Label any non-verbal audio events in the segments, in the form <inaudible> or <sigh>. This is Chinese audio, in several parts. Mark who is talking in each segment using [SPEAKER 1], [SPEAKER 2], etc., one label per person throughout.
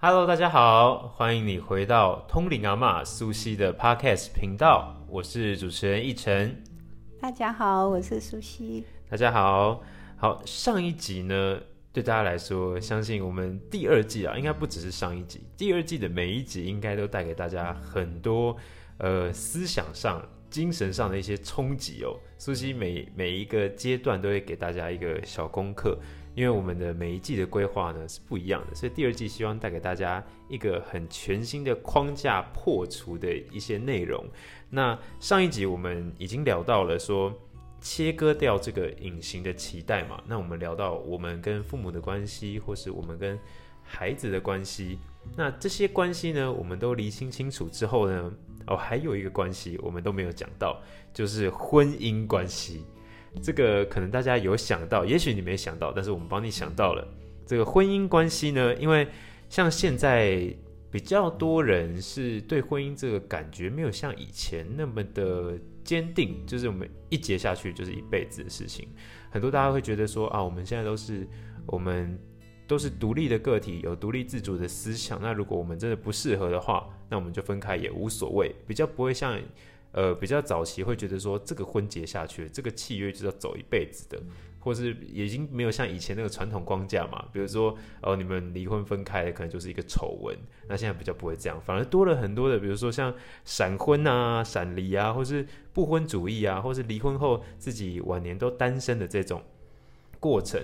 [SPEAKER 1] Hello，大家好，欢迎你回到通灵阿嬷苏西的 Podcast 频道，我是主持人一晨。
[SPEAKER 2] 大家好，我是苏西。
[SPEAKER 1] 大家好，好，上一集呢，对大家来说，相信我们第二季啊，应该不只是上一集，第二季的每一集应该都带给大家很多呃思想上、精神上的一些冲击哦。苏西每每一个阶段都会给大家一个小功课，因为我们的每一季的规划呢是不一样的，所以第二季希望带给大家一个很全新的框架破除的一些内容。那上一集我们已经聊到了说。切割掉这个隐形的期待嘛。那我们聊到我们跟父母的关系，或是我们跟孩子的关系，那这些关系呢，我们都厘清清楚之后呢，哦，还有一个关系我们都没有讲到，就是婚姻关系。这个可能大家有想到，也许你没想到，但是我们帮你想到了。这个婚姻关系呢，因为像现在比较多人是对婚姻这个感觉没有像以前那么的坚定，就是我们一结下去就是一辈子的事情。很多大家会觉得说啊，我们现在都是我们都是独立的个体，有独立自主的思想。那如果我们真的不适合的话，那我们就分开也无所谓，比较不会像呃比较早期会觉得说这个婚结下去，这个契约就是要走一辈子的。或是已经没有像以前那个传统框架嘛，比如说，哦，你们离婚分开可能就是一个丑闻，那现在比较不会这样，反而多了很多的，比如说像闪婚啊、闪离啊，或是不婚主义啊，或是离婚后自己晚年都单身的这种过程。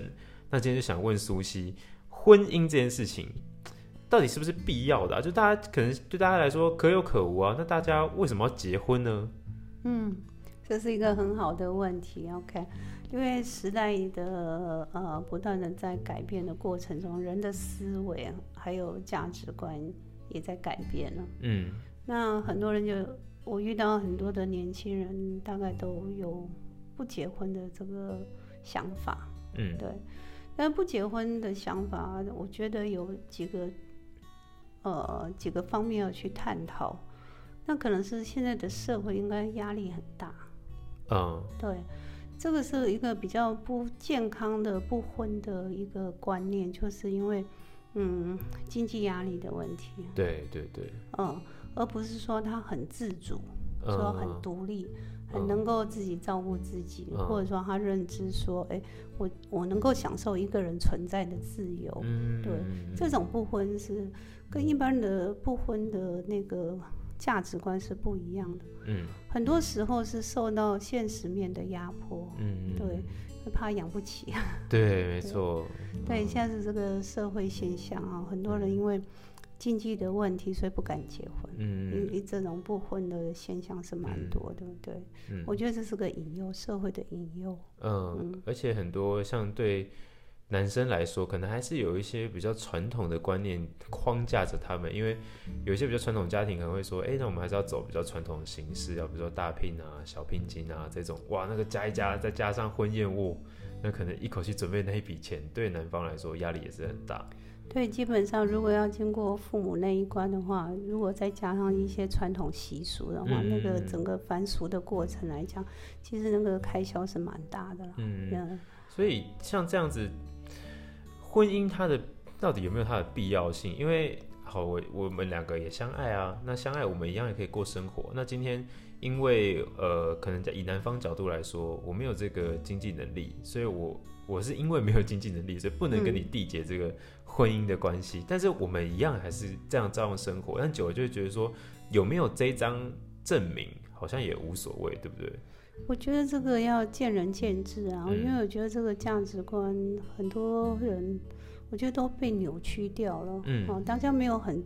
[SPEAKER 1] 那今天就想问苏西，婚姻这件事情到底是不是必要的、啊？就大家可能对大家来说可有可无啊，那大家为什么要结婚呢？
[SPEAKER 2] 嗯，这是一个很好的问题。OK，因为时代的呃不断的在改变的过程中，人的思维啊还有价值观也在改变了。
[SPEAKER 1] 嗯
[SPEAKER 2] 那很多人就我遇到很多的年轻人，大概都有不结婚的这个想法。
[SPEAKER 1] 嗯
[SPEAKER 2] 对，但不结婚的想法，我觉得有几个呃几个方面要去探讨。那可能是现在的社会应该压力很大，
[SPEAKER 1] 嗯
[SPEAKER 2] 对，这个是一个比较不健康的不婚的一个观念，就是因为嗯经济压力的问题，
[SPEAKER 1] 对对对，
[SPEAKER 2] 嗯，而不是说他很自主，
[SPEAKER 1] 嗯
[SPEAKER 2] 说很独立，很
[SPEAKER 1] 嗯
[SPEAKER 2] 能够自己照顾自己，
[SPEAKER 1] 嗯
[SPEAKER 2] 或者说他认知说，哎、我我能够享受一个人存在的自由。
[SPEAKER 1] 嗯
[SPEAKER 2] 对这种不婚是跟一般的不婚的那个价值观是不一样的，
[SPEAKER 1] 嗯
[SPEAKER 2] 很多时候是受到现实面的压迫，
[SPEAKER 1] 嗯，
[SPEAKER 2] 对会怕养不起啊
[SPEAKER 1] 对，没错，
[SPEAKER 2] 对，现在是这个社会现象啊，很多人因为经济的问题，所以不敢结婚。
[SPEAKER 1] 嗯
[SPEAKER 2] 因为这种不婚的现象是蛮多的，对，
[SPEAKER 1] 嗯
[SPEAKER 2] 我觉得这是个引诱，社会的引诱。
[SPEAKER 1] 嗯，而且很多像对男生来说，可能还是有一些比较传统的观念框架着他们，因为有一些比较传统家庭可能会说，哎、那我们还是要走比较传统的形式，要比如说大聘啊、小聘金啊这种，哇，那个加一加，再加上婚宴哦，那可能一口气准备那一笔钱，对男方来说压力也是很大。
[SPEAKER 2] 对，基本上如果要经过父母那一关的话，如果再加上一些传统习俗的话，
[SPEAKER 1] 嗯
[SPEAKER 2] 那个
[SPEAKER 1] 嗯嗯
[SPEAKER 2] 整个繁俗的过程来讲，其实那个开销是蛮大的啦。
[SPEAKER 1] 嗯，
[SPEAKER 2] 嗯，
[SPEAKER 1] 所以像这样子，婚姻它的到底有没有它的必要性？因为好，我我们两个也相爱啊，那相爱我们一样也可以过生活。那今天因为呃，可能在以男方角度来说，我没有这个经济能力，所以我我是因为没有经济能力，所以不能跟你缔结这个婚姻的关系。但是我们一样还是这样照样生活，但久了就会觉得说，有没有这张证明好像也无所谓，对不对？
[SPEAKER 2] 我觉得这个要见仁见智啊，
[SPEAKER 1] 嗯
[SPEAKER 2] 因为我觉得这个价值观很多人，我觉得都被扭曲掉了。
[SPEAKER 1] 嗯
[SPEAKER 2] 哦，大家没有很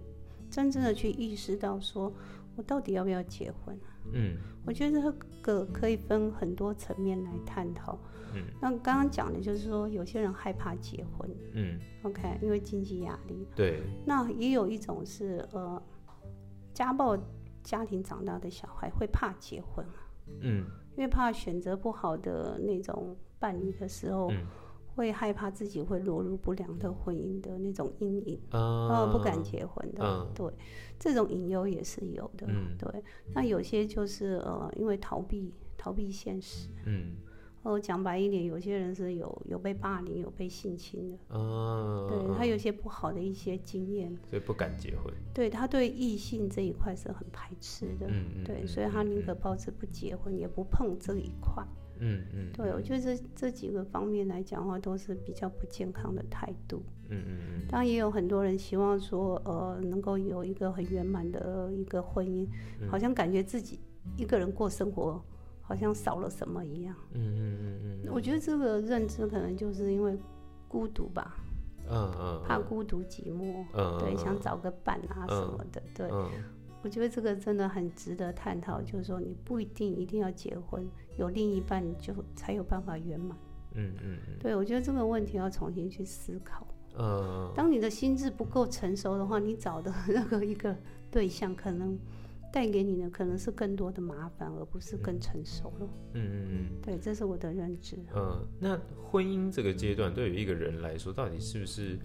[SPEAKER 2] 真正的去意识到说，我到底要不要结婚？
[SPEAKER 1] 嗯
[SPEAKER 2] 我觉得这个可以分很多层面来探讨。
[SPEAKER 1] 嗯，
[SPEAKER 2] 那刚刚讲的就是说，有些人害怕结婚
[SPEAKER 1] 嗯，
[SPEAKER 2] ，OK，因为经济压力。
[SPEAKER 1] 对，
[SPEAKER 2] 那也有一种是呃，家暴家庭长大的小孩会怕结婚。
[SPEAKER 1] 嗯
[SPEAKER 2] 因为怕选择不好的那种伴侣的时候，
[SPEAKER 1] 嗯
[SPEAKER 2] 会害怕自己会落入不良的婚姻的那种阴影，
[SPEAKER 1] 啊
[SPEAKER 2] 呃，不敢结婚的，
[SPEAKER 1] 嗯
[SPEAKER 2] 对，这种隐忧也是有的，
[SPEAKER 1] 嗯
[SPEAKER 2] 对。那有些就是呃，因为逃避逃避现实，
[SPEAKER 1] 嗯，
[SPEAKER 2] 哦，讲白一点，有些人是有有被霸凌、有被性侵的，
[SPEAKER 1] 嗯，
[SPEAKER 2] 对他有一些不好的一些经验，
[SPEAKER 1] 所以不敢结婚，
[SPEAKER 2] 对他对异性这一块是很排斥的，
[SPEAKER 1] 嗯嗯，
[SPEAKER 2] 对，
[SPEAKER 1] 嗯
[SPEAKER 2] 所以他宁可保持不结婚，也不碰这一块。
[SPEAKER 1] 嗯嗯，
[SPEAKER 2] 对，我觉得这这几个方面来讲的话，都是比较不健康的态度。
[SPEAKER 1] 嗯嗯
[SPEAKER 2] 当然，也有很多人希望说，呃，能够有一个很圆满的一个婚姻，
[SPEAKER 1] 嗯
[SPEAKER 2] 好像感觉自己一个人过生活，好像少了什么一样。
[SPEAKER 1] 嗯嗯嗯嗯，
[SPEAKER 2] 我觉得这个认知可能就是因为孤独吧，
[SPEAKER 1] 嗯嗯，
[SPEAKER 2] 怕孤独寂寞，
[SPEAKER 1] 嗯，
[SPEAKER 2] 对，想找个伴啊什么的。对，
[SPEAKER 1] 嗯
[SPEAKER 2] 我觉得这个真的很值得探讨，就是说你不一定一定要结婚，有另一半就才有办法圆满。
[SPEAKER 1] 嗯嗯嗯
[SPEAKER 2] 对，我觉得这个问题要重新去思考。
[SPEAKER 1] 嗯
[SPEAKER 2] 当你的心智不够成熟的话，你找的那个一个对象，可能带给你的可能是更多的麻烦，而不是更成熟了。
[SPEAKER 1] 嗯
[SPEAKER 2] 对，这是我的认知。
[SPEAKER 1] 嗯，那婚姻这个阶段对于一个人来说，到底是不是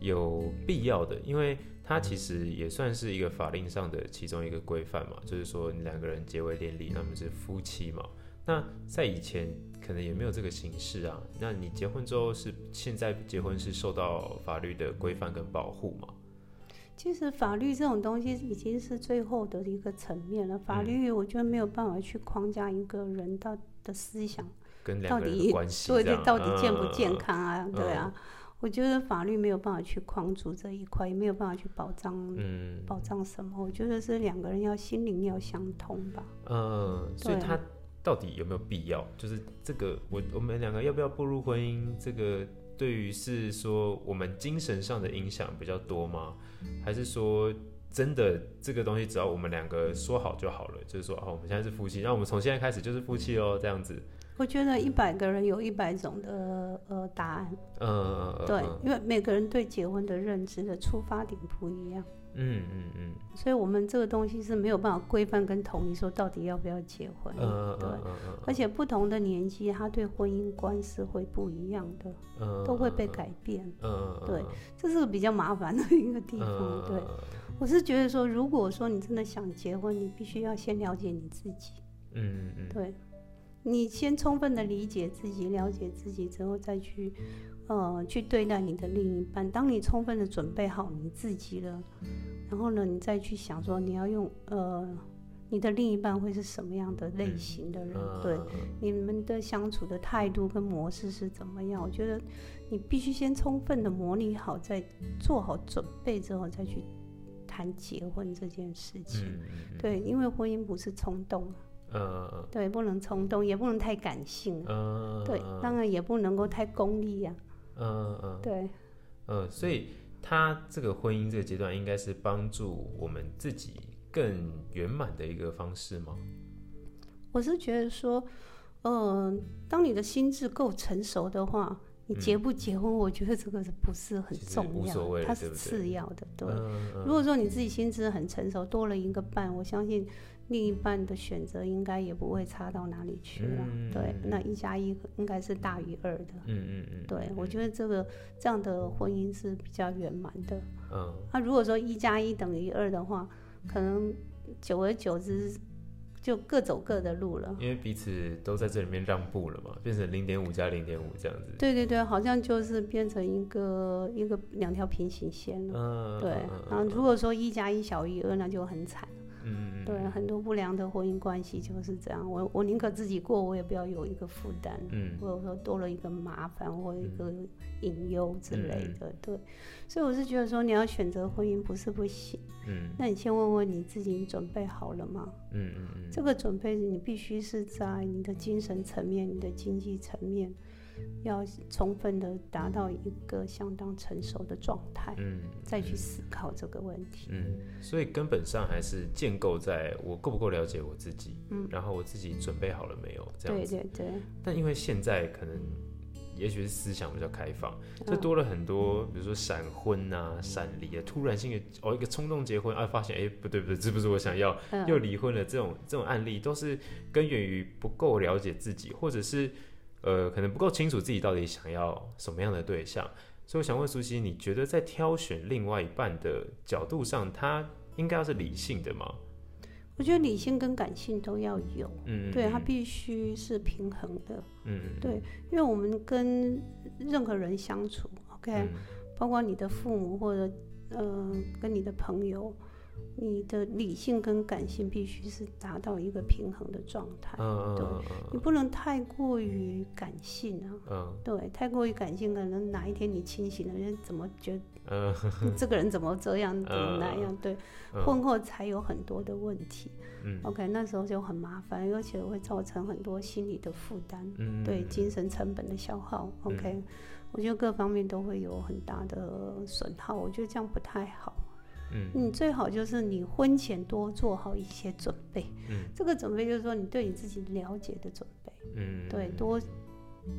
[SPEAKER 1] 有必要的？因为它其实也算是一个法令上的其中一个规范嘛，就是说你两个人结为连理，他们是夫妻嘛。那在以前可能也没有这个形式啊。那你结婚之后是现在结婚是受到法律的规范跟保护嘛？
[SPEAKER 2] 其实法律这种东西已经是最后的一个层面了。法律我觉得没有办法去框架一个人到的思想，
[SPEAKER 1] 跟两个人的关系
[SPEAKER 2] 所以
[SPEAKER 1] 这样
[SPEAKER 2] 到底健不健
[SPEAKER 1] 嗯
[SPEAKER 2] 康啊？对啊，我觉得法律没有办法去框住这一块，也没有办法去保障、
[SPEAKER 1] 嗯
[SPEAKER 2] 保障什么。我觉得是两个人要心灵要相通吧。
[SPEAKER 1] 嗯，所以
[SPEAKER 2] 对
[SPEAKER 1] 他到底有没有必要？就是这个，我我们两个要不要步入婚姻？这个对于是说我们精神上的影响比较多吗？还是说真的这个东西只要我们两个说好就好了？就是说，哦，我们现在是夫妻，那我们从现在开始就是夫妻哦，这样子。
[SPEAKER 2] 我觉得一百个人有一百种的呃答案，
[SPEAKER 1] 嗯嗯嗯，
[SPEAKER 2] 对，因为每个人对结婚的认知的出发点不一样，
[SPEAKER 1] 嗯嗯嗯
[SPEAKER 2] 所以我们这个东西是没有办法规范跟统一说到底要不要结婚
[SPEAKER 1] 嗯，嗯
[SPEAKER 2] 对
[SPEAKER 1] 嗯。嗯嗯
[SPEAKER 2] 而且不同的年纪，他对婚姻观是会不一样的，
[SPEAKER 1] 嗯，
[SPEAKER 2] 都会被改变，
[SPEAKER 1] 嗯，嗯，
[SPEAKER 2] 对
[SPEAKER 1] 嗯
[SPEAKER 2] 这是个比较麻烦的一个地
[SPEAKER 1] 嗯
[SPEAKER 2] 方。
[SPEAKER 1] 嗯
[SPEAKER 2] 对，我是觉得说，如果说你真的想结婚，你必须要先了解你自己，
[SPEAKER 1] 嗯嗯
[SPEAKER 2] 对，你先充分的理解自己，了解自己之后再去，呃，去对待你的另一半。当你充分的准备好你自己了，然后呢，你再去想说你要用呃，你的另一半会是什么样的类型的
[SPEAKER 1] 嗯
[SPEAKER 2] 人，
[SPEAKER 1] 嗯，
[SPEAKER 2] 对
[SPEAKER 1] 嗯，嗯
[SPEAKER 2] 你们的相处的态度跟模式是怎么样？我觉得你必须先充分的模拟好，再做好准备之后再去谈结婚这件事情。
[SPEAKER 1] 嗯嗯，
[SPEAKER 2] 对，因为婚姻不是冲动。
[SPEAKER 1] 嗯嗯
[SPEAKER 2] 对，不能冲动，也不能太感性啊、
[SPEAKER 1] 嗯，
[SPEAKER 2] 对，当然也不能够太功利呀、
[SPEAKER 1] 嗯嗯
[SPEAKER 2] 对，
[SPEAKER 1] 嗯，所以他这个婚姻这个阶段，应该是帮助我们自己更圆满的一个方式吗？
[SPEAKER 2] 我是觉得说，呃，当你的心智够成熟的话，你结不结婚，我觉得这个是不是很
[SPEAKER 1] 嗯其实
[SPEAKER 2] 重
[SPEAKER 1] 无
[SPEAKER 2] 要？啊
[SPEAKER 1] 所谓了
[SPEAKER 2] 它
[SPEAKER 1] 对
[SPEAKER 2] 是
[SPEAKER 1] 不对
[SPEAKER 2] 次要的。对，
[SPEAKER 1] 嗯嗯
[SPEAKER 2] 如果说你自己心智很成熟，多了一个伴，我相信另一半的选择应该也不会差到哪里去了。
[SPEAKER 1] 嗯
[SPEAKER 2] 对，那一加一应该是大于二的。
[SPEAKER 1] 嗯嗯
[SPEAKER 2] 对，我觉得这个这样的婚姻是比较圆满的。
[SPEAKER 1] 嗯嗯
[SPEAKER 2] 那、如果说一加一等于二的话，可能久而久之就各走各的路了。
[SPEAKER 1] 因为彼此都在这里面让步了嘛，变成零点五加零点五这样子。
[SPEAKER 2] 对对对，好像就是变成一个一个两条平行线了。
[SPEAKER 1] 嗯，
[SPEAKER 2] 对，然后如果说一加一小于二，那就很惨。
[SPEAKER 1] 嗯嗯
[SPEAKER 2] 对，很多不良的婚姻关系就是这样。我我宁可自己过，我也不要有一个负担。
[SPEAKER 1] 嗯
[SPEAKER 2] 或者说多了一个麻烦或一个隐忧之类
[SPEAKER 1] 嗯
[SPEAKER 2] 的，对，所以我是觉得说你要选择婚姻不是不行，
[SPEAKER 1] 嗯
[SPEAKER 2] 那你先问问你自己，你准备好了吗？
[SPEAKER 1] 嗯嗯
[SPEAKER 2] 这个准备你必须是在你的精神层面、你的经济层面，要充分的达到一个相当成熟的状态，
[SPEAKER 1] 嗯
[SPEAKER 2] 再去思考这个问题。
[SPEAKER 1] 嗯，所以根本上还是建构在我够不够了解我自己，
[SPEAKER 2] 嗯
[SPEAKER 1] 然后我自己准备好了没有这样
[SPEAKER 2] 对
[SPEAKER 1] 子。
[SPEAKER 2] 对对，
[SPEAKER 1] 但因为现在可能，也许是思想比较开放，就
[SPEAKER 2] 嗯
[SPEAKER 1] 多了很多，比如说闪婚啊、闪离啊，突然性的哦，一个冲动结婚啊，发现哎、不对不对，这不是我想要，
[SPEAKER 2] 嗯
[SPEAKER 1] 又离婚了。这种这种案例都是根源于不够了解自己，或者是呃，可能不够清楚自己到底想要什么样的对象。所以我想问苏西，你觉得在挑选另外一半的角度上，他应该要是理性的吗？
[SPEAKER 2] 我觉得理性跟感性都要有，
[SPEAKER 1] 嗯，
[SPEAKER 2] 对，它
[SPEAKER 1] 他
[SPEAKER 2] 必须是平衡的，
[SPEAKER 1] 嗯，
[SPEAKER 2] 对，因为我们跟任何人相处，OK，、
[SPEAKER 1] 嗯
[SPEAKER 2] 包括你的父母或者呃跟你的朋友，你的理性跟感性必须是达到一个平衡的状态，
[SPEAKER 1] 嗯
[SPEAKER 2] 对
[SPEAKER 1] 嗯
[SPEAKER 2] 你不能太过于感性啊。
[SPEAKER 1] 嗯
[SPEAKER 2] 对，太过于感性，可能哪一天你清醒了，人怎么觉得 <laughs>
[SPEAKER 1] 嗯
[SPEAKER 2] 这个人怎么这样，怎么那样？对，
[SPEAKER 1] 嗯
[SPEAKER 2] 婚后才有很多的问题。
[SPEAKER 1] 嗯
[SPEAKER 2] OK，那时候就很麻烦，而且会造成很多心理的负担，
[SPEAKER 1] 嗯，
[SPEAKER 2] 对精神成本的消耗。OK，、我觉得各方面都会有很大的损耗，我觉得这样不太好。
[SPEAKER 1] 嗯
[SPEAKER 2] 你最好就是你婚前多做好一些准备，
[SPEAKER 1] 嗯
[SPEAKER 2] 这个准备就是说你对你自己了解的准备，
[SPEAKER 1] 嗯，
[SPEAKER 2] 对，多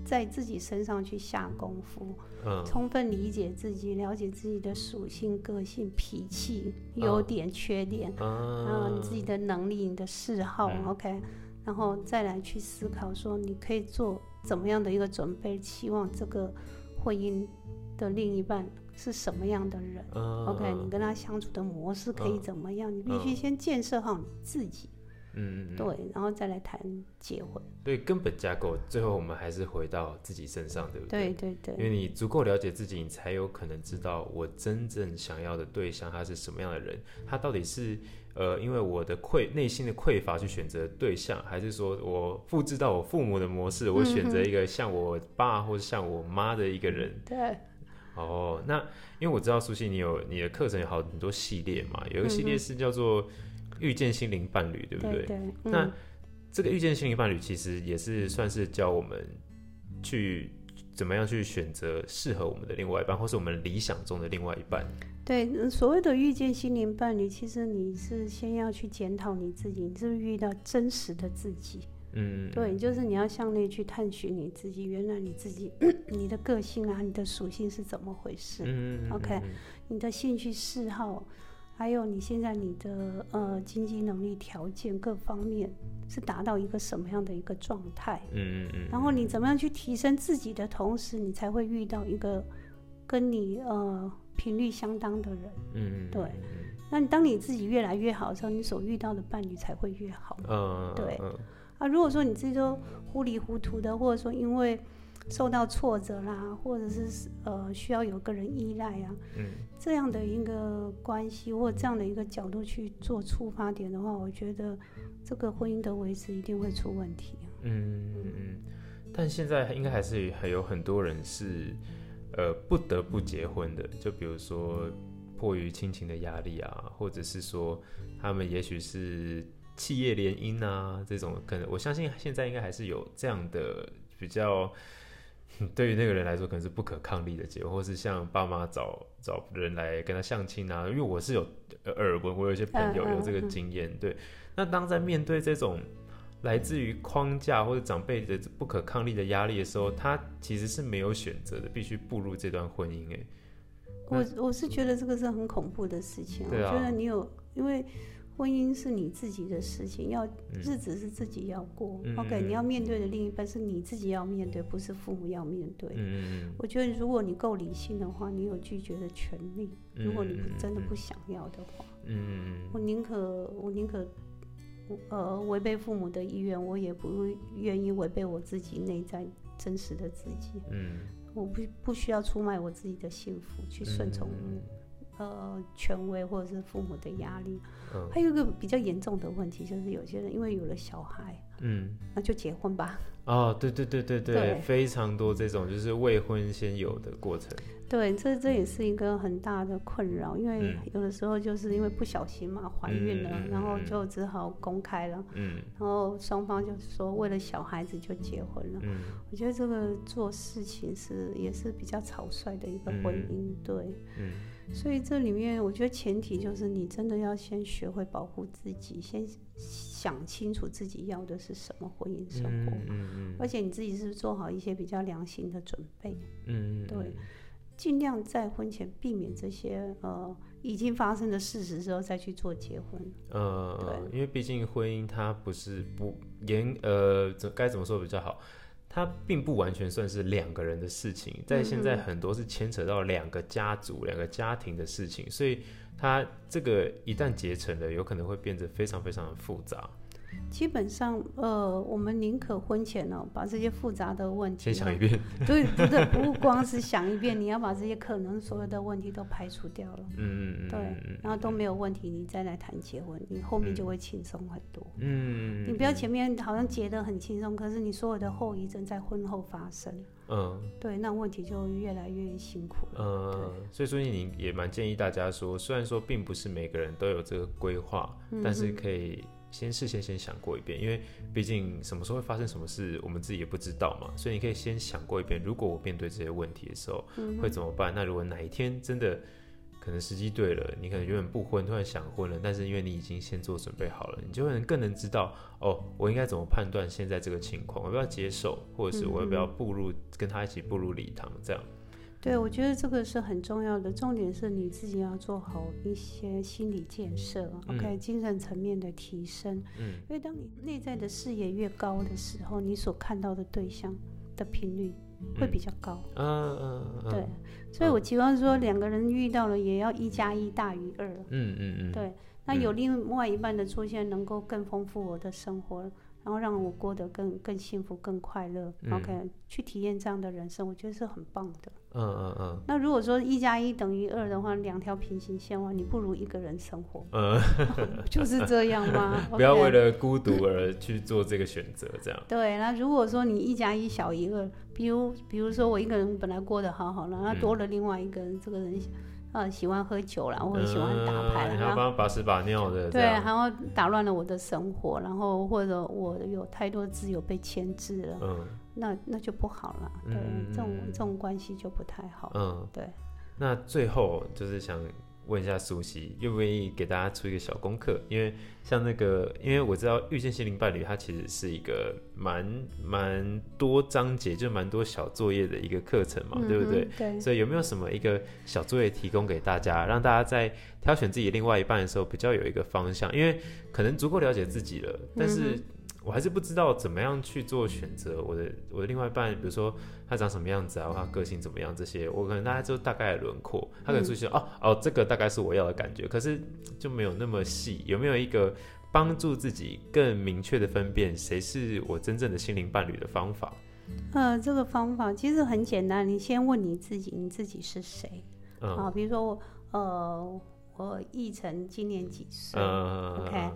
[SPEAKER 2] 在自己身上去下功夫，
[SPEAKER 1] 嗯
[SPEAKER 2] 充分理解自己，了解自己的属性、个性、脾气、
[SPEAKER 1] 嗯
[SPEAKER 2] 优点、缺点，
[SPEAKER 1] 啊
[SPEAKER 2] 嗯，你自己的能力、你的嗜好、
[SPEAKER 1] 嗯
[SPEAKER 2] o k 然后再来去思考说你可以做怎么样的一个准备，期望这个婚姻的另一半是什么样的人、o
[SPEAKER 1] 啊
[SPEAKER 2] k 你跟他相处的模式可以
[SPEAKER 1] 嗯
[SPEAKER 2] 怎么样？你必须
[SPEAKER 1] 嗯
[SPEAKER 2] 先建设好你自己，
[SPEAKER 1] 嗯嗯
[SPEAKER 2] 对，然后再来谈结婚，
[SPEAKER 1] 对根本架构，最后我们还是回到自己身上，对不
[SPEAKER 2] 对？对
[SPEAKER 1] 因为
[SPEAKER 2] 对，
[SPEAKER 1] 你足够了解自己，你才有可能知道我真正想要的对象他是什么样的人，他到底是呃，因为我的匮内心的匮乏去选择对象，还是说我复制到我父母的模
[SPEAKER 2] 嗯
[SPEAKER 1] 式，我选择一个像我爸或者像我妈的一个人？
[SPEAKER 2] 对，
[SPEAKER 1] 哦，那因为我知道苏西，你有你的课程有好很多系列嘛，有一个系列是叫做遇见心灵伴侣，对不
[SPEAKER 2] 嗯对对，
[SPEAKER 1] 那
[SPEAKER 2] 嗯，
[SPEAKER 1] 这个遇见心灵伴侣其实也是算是教我们去怎么样去选择适合我们的另外一半，或是我们理想中的另外一半。
[SPEAKER 2] 对，嗯所谓的遇见心灵伴侣，其实你是先要去检讨你自己，你是不是遇到真实的自己？
[SPEAKER 1] 嗯，
[SPEAKER 2] 对，就是你要向内去探寻你自己，原来你自己 <clears throat> 你的个性啊，你的属性是怎么回事？
[SPEAKER 1] 嗯，嗯
[SPEAKER 2] OK 你的兴趣嗜好，还有你现在你的呃经济能力条件各方面是达到一个什么样的一个状态？
[SPEAKER 1] 嗯嗯嗯，
[SPEAKER 2] 然后你怎么样去提升自己的同时，你才会遇到一个跟你呃频率相当的人。
[SPEAKER 1] 嗯，嗯
[SPEAKER 2] 对，那你当你自己越来越好的时候，你所遇到的伴侣才会越好。
[SPEAKER 1] 嗯，
[SPEAKER 2] 对
[SPEAKER 1] 嗯
[SPEAKER 2] 啊，如果说你自己都糊里糊涂的，或者说因为受到挫折啦，或者是呃需要有个人依赖啊，
[SPEAKER 1] 嗯
[SPEAKER 2] 这样的一个关系或这样的一个角度去做出发点的话，我觉得这个婚姻的维持一定会出问题。
[SPEAKER 1] 嗯嗯嗯，但现在应该还是还有很多人是呃不得不结婚的，就比如说迫于亲情的压力啊，或者是说他们也许是企业联姻啊这种，可能我相信现在应该还是有这样的比较。嗯对于那个人来说，可能是不可抗力的结果，或是像爸妈找找人来跟他相亲啊。因为我是有呃耳闻，我有一些朋友
[SPEAKER 2] 嗯嗯
[SPEAKER 1] 有这个
[SPEAKER 2] 嗯
[SPEAKER 1] 经验。对，那当在面对这种来自于框架或者长辈的不可抗力的压力的时候，他其实是没有选择的，必须步入这段婚姻。哎，
[SPEAKER 2] 我我是觉得这个是很恐怖的事情，
[SPEAKER 1] 对啊
[SPEAKER 2] 我觉得你有因为。婚姻是你自己的事情，要
[SPEAKER 1] 嗯
[SPEAKER 2] 日子是自己要过。
[SPEAKER 1] 嗯
[SPEAKER 2] OK，
[SPEAKER 1] 嗯
[SPEAKER 2] 你要面对的另一半是你自己要面对，不是父母要面对。
[SPEAKER 1] 嗯嗯
[SPEAKER 2] 我觉得如果你够理性的话，你有拒绝的权利。
[SPEAKER 1] 嗯
[SPEAKER 2] 如果你不
[SPEAKER 1] 嗯
[SPEAKER 2] 真的不想要的话，
[SPEAKER 1] 嗯
[SPEAKER 2] 我宁可我宁可呃违背父母的意愿，我也不愿意违背我自己内在真实的自己。
[SPEAKER 1] 嗯嗯，
[SPEAKER 2] 我不不需要出卖我自己的幸福去顺从、
[SPEAKER 1] 嗯
[SPEAKER 2] 呃权威或者是父母的压力。
[SPEAKER 1] 嗯
[SPEAKER 2] 还有一个比较严重的问题就是，有些人因为有了小孩，
[SPEAKER 1] 嗯。
[SPEAKER 2] 那就结婚吧。
[SPEAKER 1] 哦，对对对对对，
[SPEAKER 2] 对
[SPEAKER 1] 非常多这种就是未婚先有的过程。
[SPEAKER 2] <laughs> 对，这这也是一个很大的困扰，因为
[SPEAKER 1] 嗯
[SPEAKER 2] 有的时候就是因为不小心嘛，怀孕了，
[SPEAKER 1] 嗯嗯嗯嗯
[SPEAKER 2] 然后就只好公开了，
[SPEAKER 1] 嗯
[SPEAKER 2] 然后双方就说为了小孩子就结婚了。
[SPEAKER 1] 嗯
[SPEAKER 2] 我觉得这个做事情是也是比较草率的一个婚姻，对，
[SPEAKER 1] 嗯
[SPEAKER 2] 所以这里面我觉得前提就是你真的要先学会保护自己，先想清楚自己要的是什么婚姻生活，
[SPEAKER 1] 嗯嗯
[SPEAKER 2] 而且你自己是做好一些比较良心的准备。
[SPEAKER 1] 嗯，
[SPEAKER 2] 对，尽量在婚前避免这些呃已经发生的事实之后再去做结婚。
[SPEAKER 1] 呃，因为毕竟婚姻它不是不严呃，怎该怎么说比较好？它并不完全算是两个人的事情，在现在
[SPEAKER 2] 嗯哼
[SPEAKER 1] 很多是牵扯到两个家族、两个家庭的事情，所以它这个一旦结成了，有可能会变得非常非常的复杂。
[SPEAKER 2] 基本上，呃，我们宁可婚前哦，把这些复杂的问题
[SPEAKER 1] 先想一
[SPEAKER 2] 哦，
[SPEAKER 1] 遍，
[SPEAKER 2] 对，不对，不光是想一遍，你要把这些可能所有的问题都排除掉了，
[SPEAKER 1] 嗯嗯嗯，
[SPEAKER 2] 对，然后都没有问题，你再来谈结婚，你后面就会轻松很多。
[SPEAKER 1] 嗯，嗯
[SPEAKER 2] 你不要前面好像结得很轻松，可是你所有的后遗症在婚后发生，
[SPEAKER 1] 嗯
[SPEAKER 2] 对，那问题就越来越辛苦了。
[SPEAKER 1] 呃，所以说你也蛮建议大家说，虽然说并不是每个人都有这个规划，但是可以先事先先想过一遍，因为毕竟什么时候会发生什么事，我们自己也不知道嘛，所以你可以先想过一遍，如果我面对这些问题的时候呃
[SPEAKER 2] 嗯
[SPEAKER 1] 会怎么办？那如果哪一天真的可能时机对了，你可能原本不婚，突然想婚了，但是因为你已经先做准备好了，你就能更能知道哦，我应该怎么判断现在这个情况，我要不要接受，或者是我要不要步入跟他一起步入礼堂这样。
[SPEAKER 2] 对，我觉得这个是很重要的，重点是你自己要做好一些心理建设、
[SPEAKER 1] 嗯
[SPEAKER 2] o k 精神层面的提升。
[SPEAKER 1] 嗯，
[SPEAKER 2] 因为当你内在的视野越高的时候，你所看到的对象的频率会比较高。
[SPEAKER 1] 嗯嗯嗯，
[SPEAKER 2] 对，所以我期望说两个人遇到了也要一加一大于二。
[SPEAKER 1] 嗯嗯嗯，
[SPEAKER 2] 对，那有另外一半的出现，能够更丰富我的生活，然后让我过得更更幸福、更快乐。
[SPEAKER 1] 嗯
[SPEAKER 2] OK，去体验这样的人生，我觉得是很棒的。
[SPEAKER 1] 嗯嗯嗯
[SPEAKER 2] 那如果说一加一等于二的话，两条平行线的话，你不如一个人生活，
[SPEAKER 1] <laughs> 嗯，
[SPEAKER 2] 就是这样
[SPEAKER 1] <laughs>
[SPEAKER 2] 吗？
[SPEAKER 1] 不要
[SPEAKER 2] OK
[SPEAKER 1] 为了孤独而去做这个选择，这
[SPEAKER 2] <laughs>
[SPEAKER 1] 样。
[SPEAKER 2] 对，那如果说你一加一小于二，比如比如说我一个人本来过得好好的，那
[SPEAKER 1] 嗯
[SPEAKER 2] 多了另外一个人，这个人呃喜欢喝酒啦，或者喜欢打牌
[SPEAKER 1] 嗯
[SPEAKER 2] 啦，
[SPEAKER 1] 你还
[SPEAKER 2] 然
[SPEAKER 1] 要
[SPEAKER 2] 后
[SPEAKER 1] 帮他把屎把尿的，这
[SPEAKER 2] 对，
[SPEAKER 1] 样
[SPEAKER 2] 然后打乱了我的生活，然后或者我有太多自由被牵制了，
[SPEAKER 1] 嗯
[SPEAKER 2] 那那就不好了。对，
[SPEAKER 1] 嗯
[SPEAKER 2] 这种
[SPEAKER 1] 嗯嗯
[SPEAKER 2] 这种关系就不太好。
[SPEAKER 1] 嗯，
[SPEAKER 2] 对。
[SPEAKER 1] 那最后就是想问一下苏西，愿不愿意给大家出一个小功课？因为像那个，因为我知道《遇见心灵伴侣》它其实是一个蛮蛮多章节，就蛮多小作业的一个课程嘛，对不对
[SPEAKER 2] 嗯？哼？对。
[SPEAKER 1] 所以有没有什么一个小作业提供给大家，让大家在挑选自己另外一半的时候比较有一个方向？因为可能足够了解自己了，但是我还是不知道怎么样去做选择。我的我的另外一半，比如说他长什么样子啊，或他个性怎么样这些，我可能大家就大概的轮廓，他可能出现、哦哦，这个大概是我要的感觉，可是就没有那么细。有没有一个？帮助自己更明确的分辨谁是我真正的心灵伴侣的方法。
[SPEAKER 2] 呃，这个方法其实很简单，你先问你自己，你自己是谁？
[SPEAKER 1] 嗯
[SPEAKER 2] 啊，比如说我，呃，我奕晨今年几岁？
[SPEAKER 1] 嗯
[SPEAKER 2] OK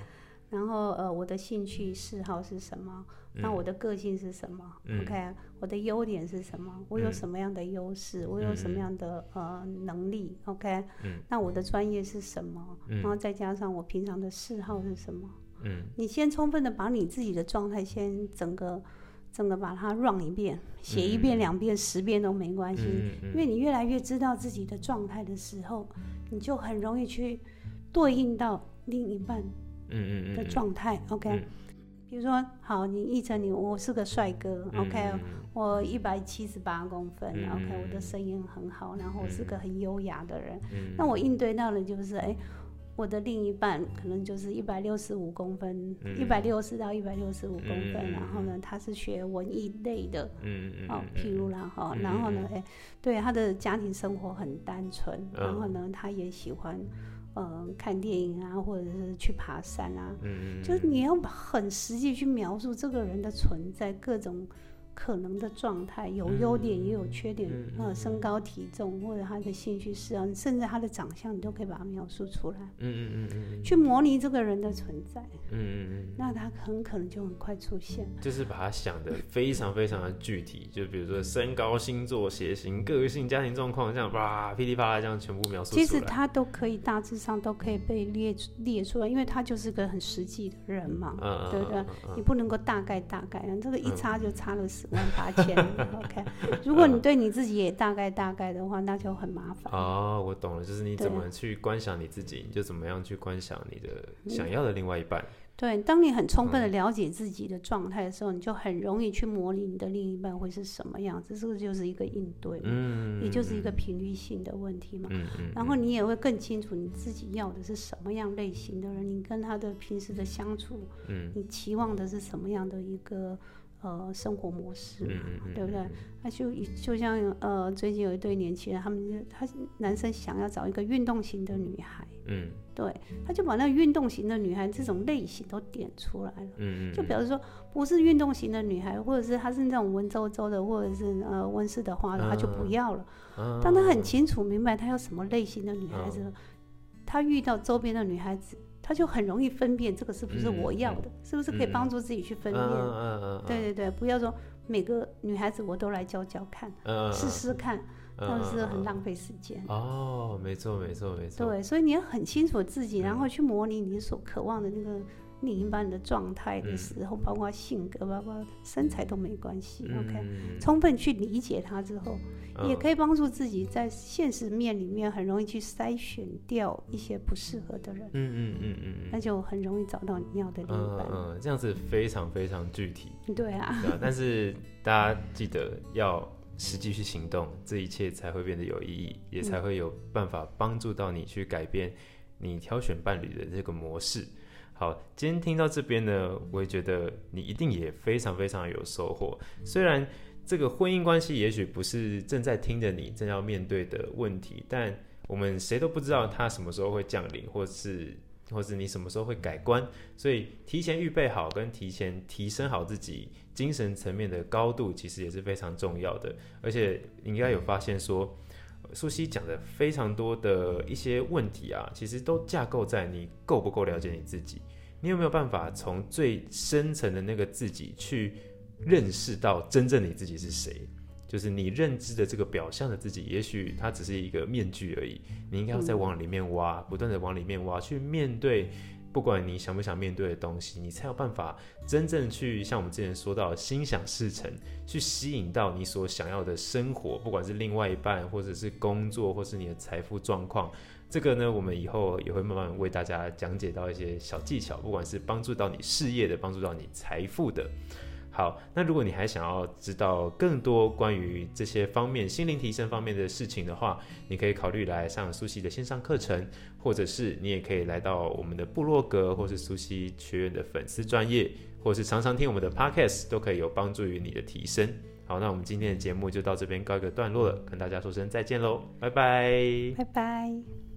[SPEAKER 2] 然后呃，我的兴趣嗜好是什么？那我的个性是什么、
[SPEAKER 1] 嗯
[SPEAKER 2] o k 我的优点是什么？我有什么样的优势？我有什么样的呃能力？OK，、
[SPEAKER 1] 嗯
[SPEAKER 2] 那我的专业是什么？
[SPEAKER 1] 嗯
[SPEAKER 2] 然后再加上我平常的嗜好是什么？
[SPEAKER 1] 嗯
[SPEAKER 2] 你先充分的把你自己的状态先整个整个把它 run 一遍，写一遍、两遍、十遍都没关系，
[SPEAKER 1] 嗯嗯
[SPEAKER 2] 因为你越来越知道自己的状态的时候，你就很容易去对应到另一半
[SPEAKER 1] 嗯嗯
[SPEAKER 2] 的
[SPEAKER 1] 嗯
[SPEAKER 2] 状态。OK，、
[SPEAKER 1] 嗯
[SPEAKER 2] 比如说，好，你一成你我是个帅哥、
[SPEAKER 1] 嗯
[SPEAKER 2] o k
[SPEAKER 1] 嗯
[SPEAKER 2] 我一百七十八公分、
[SPEAKER 1] 嗯
[SPEAKER 2] o k 我的声音很好，然后我是个很优雅的人。
[SPEAKER 1] 嗯
[SPEAKER 2] 那我应对到的就是，哎、我的另一半可能就是一百六十五公分，
[SPEAKER 1] 嗯
[SPEAKER 2] 一百六十到一百六十五公分，
[SPEAKER 1] 嗯
[SPEAKER 2] 然后呢，他是学文艺类的，
[SPEAKER 1] 嗯嗯
[SPEAKER 2] 哦
[SPEAKER 1] 嗯，
[SPEAKER 2] 譬如啦哈，
[SPEAKER 1] 嗯
[SPEAKER 2] 然后呢，哎、对，他的家庭生活很单纯，
[SPEAKER 1] 嗯
[SPEAKER 2] 然后呢，他也喜欢，呃，看电影啊，或者是去爬山啊，
[SPEAKER 1] 嗯嗯
[SPEAKER 2] 就是你要很实际去描述这个人的存在，各种可能的状态，有优点也有缺点，
[SPEAKER 1] 嗯
[SPEAKER 2] 呃，身高体重或者他的兴趣嗜好，甚至他的长相，你都可以把它描述出来，
[SPEAKER 1] 嗯嗯嗯
[SPEAKER 2] 去模拟这个人的存在，
[SPEAKER 1] 嗯
[SPEAKER 2] 那他很可能就很快出现。
[SPEAKER 1] 嗯，就是把它想的非常非常的具体，就比如说身高、星座、血型、个性、家庭状况，这样哇噼里啪啦这样全部描述
[SPEAKER 2] 其
[SPEAKER 1] 出
[SPEAKER 2] 实
[SPEAKER 1] 来。
[SPEAKER 2] 他都可以大致上都可以被列出列出来，因为他就是个很实际的人嘛，
[SPEAKER 1] 嗯
[SPEAKER 2] 对不对？你不能够大概大概，这个一
[SPEAKER 1] 嗯
[SPEAKER 2] 差就差了十万八千
[SPEAKER 1] <laughs>
[SPEAKER 2] ，OK。如果你对你自己也大概大概的话，那就很麻烦。
[SPEAKER 1] 哦，我懂了，就是你怎么去观想你自己，你就怎么样去观想你的想要的另外一半。
[SPEAKER 2] 对，当你很充分的了解自己的状态的时候，你就很容易去模拟你的另一半会是什么样子，这个就是一个应对嘛，
[SPEAKER 1] 嗯，
[SPEAKER 2] 也就是一个频率性的问题嘛。
[SPEAKER 1] 嗯嗯
[SPEAKER 2] 然后你也会更清楚你自己要的是什么样类型的人，你跟他的平时的相处，
[SPEAKER 1] 嗯
[SPEAKER 2] 你期望的是什么样的一个呃生活模式嘛，
[SPEAKER 1] 嗯嗯嗯，
[SPEAKER 2] 对不对？
[SPEAKER 1] 嗯？
[SPEAKER 2] 那就一就像呃最近有一对年轻人，他们就他男生想要找一个运动型的女孩，
[SPEAKER 1] 嗯
[SPEAKER 2] 对，他就把那个运动型的女孩这种类型都点出来了。
[SPEAKER 1] 嗯嗯，
[SPEAKER 2] 就表示说，不是运动型的女孩，或者是她是那种文绉绉的，或者是呃温室的花的，她就不要了。
[SPEAKER 1] 嗯
[SPEAKER 2] 当她很清楚明白她要什么类型的女孩子，她遇到周边的女孩子，她就很容易分辨这个是不是我要的，是不是可以帮助自己去分辨。
[SPEAKER 1] 嗯嗯嗯，
[SPEAKER 2] 对对对，不要说每个女孩子我都来教教看，
[SPEAKER 1] 嗯，
[SPEAKER 2] 试试看，
[SPEAKER 1] 嗯，
[SPEAKER 2] 那是
[SPEAKER 1] 嗯
[SPEAKER 2] 很浪费时间。
[SPEAKER 1] 哦，没错没错没错，
[SPEAKER 2] 对，所以你要很清楚自己，
[SPEAKER 1] 嗯
[SPEAKER 2] 然后去模拟你所渴望的那个另一半的状态的
[SPEAKER 1] 嗯
[SPEAKER 2] 时候，包括性格，包括身材都没关系。OK，
[SPEAKER 1] 嗯
[SPEAKER 2] 充分去理解他之后，也
[SPEAKER 1] 以，
[SPEAKER 2] 可以帮助自己在现实面里面很容易去筛选掉一些不适合的人，
[SPEAKER 1] 嗯嗯嗯嗯嗯
[SPEAKER 2] 那就很容易找到你要的另一
[SPEAKER 1] 嗯
[SPEAKER 2] 半。
[SPEAKER 1] 嗯，这样子非常非常具体，
[SPEAKER 2] 对啊，
[SPEAKER 1] 对啊，但是大家记得要实际去行动，这一切才会变得有意义，也才会有办法帮助到你去改变你挑选伴侣的这个模式。好，今天听到这边呢，我也觉得你一定也非常非常有收获。虽然这个婚姻关系也许不是正在听着你正要面对的问题，但我们谁都不知道它什么时候会降临，或是或是你什么时候会改观，所以提前预备好跟提前提升好自己精神层面的高度，其实也是非常重要的。而且你应该有发现说，呃苏西讲的非常多的一些问题啊，其实都架构在你够不够了解你自己，你有没有办法从最深层的那个自己去认识到真正你自己是谁。就是你认知的这个表象的自己，也许它只是一个面具而已。你应该要再往里面挖，不断的往里面挖，去面对不管你想不想面对的东西，你才有办法真正去像我们之前说到的心想事成，去吸引到你所想要的生活，不管是另外一半，或者是工作，或是你的财富状况。这个呢，我们以后也会慢慢为大家讲解到一些小技巧，不管是帮助到你事业的，帮助到你财富的。好，那如果你还想要知道更多关于这些方面心灵提升方面的事情的话，你可以考虑来上苏西的线上课程，或者是你也可以来到我们的部落格，或是苏西学院的粉丝专业，或是常常听我们的 podcast，都可以有帮助于你的提升。好，那我们今天的节目就到这边告一个段落了，跟大家说声再见喽，拜拜。
[SPEAKER 2] 拜拜。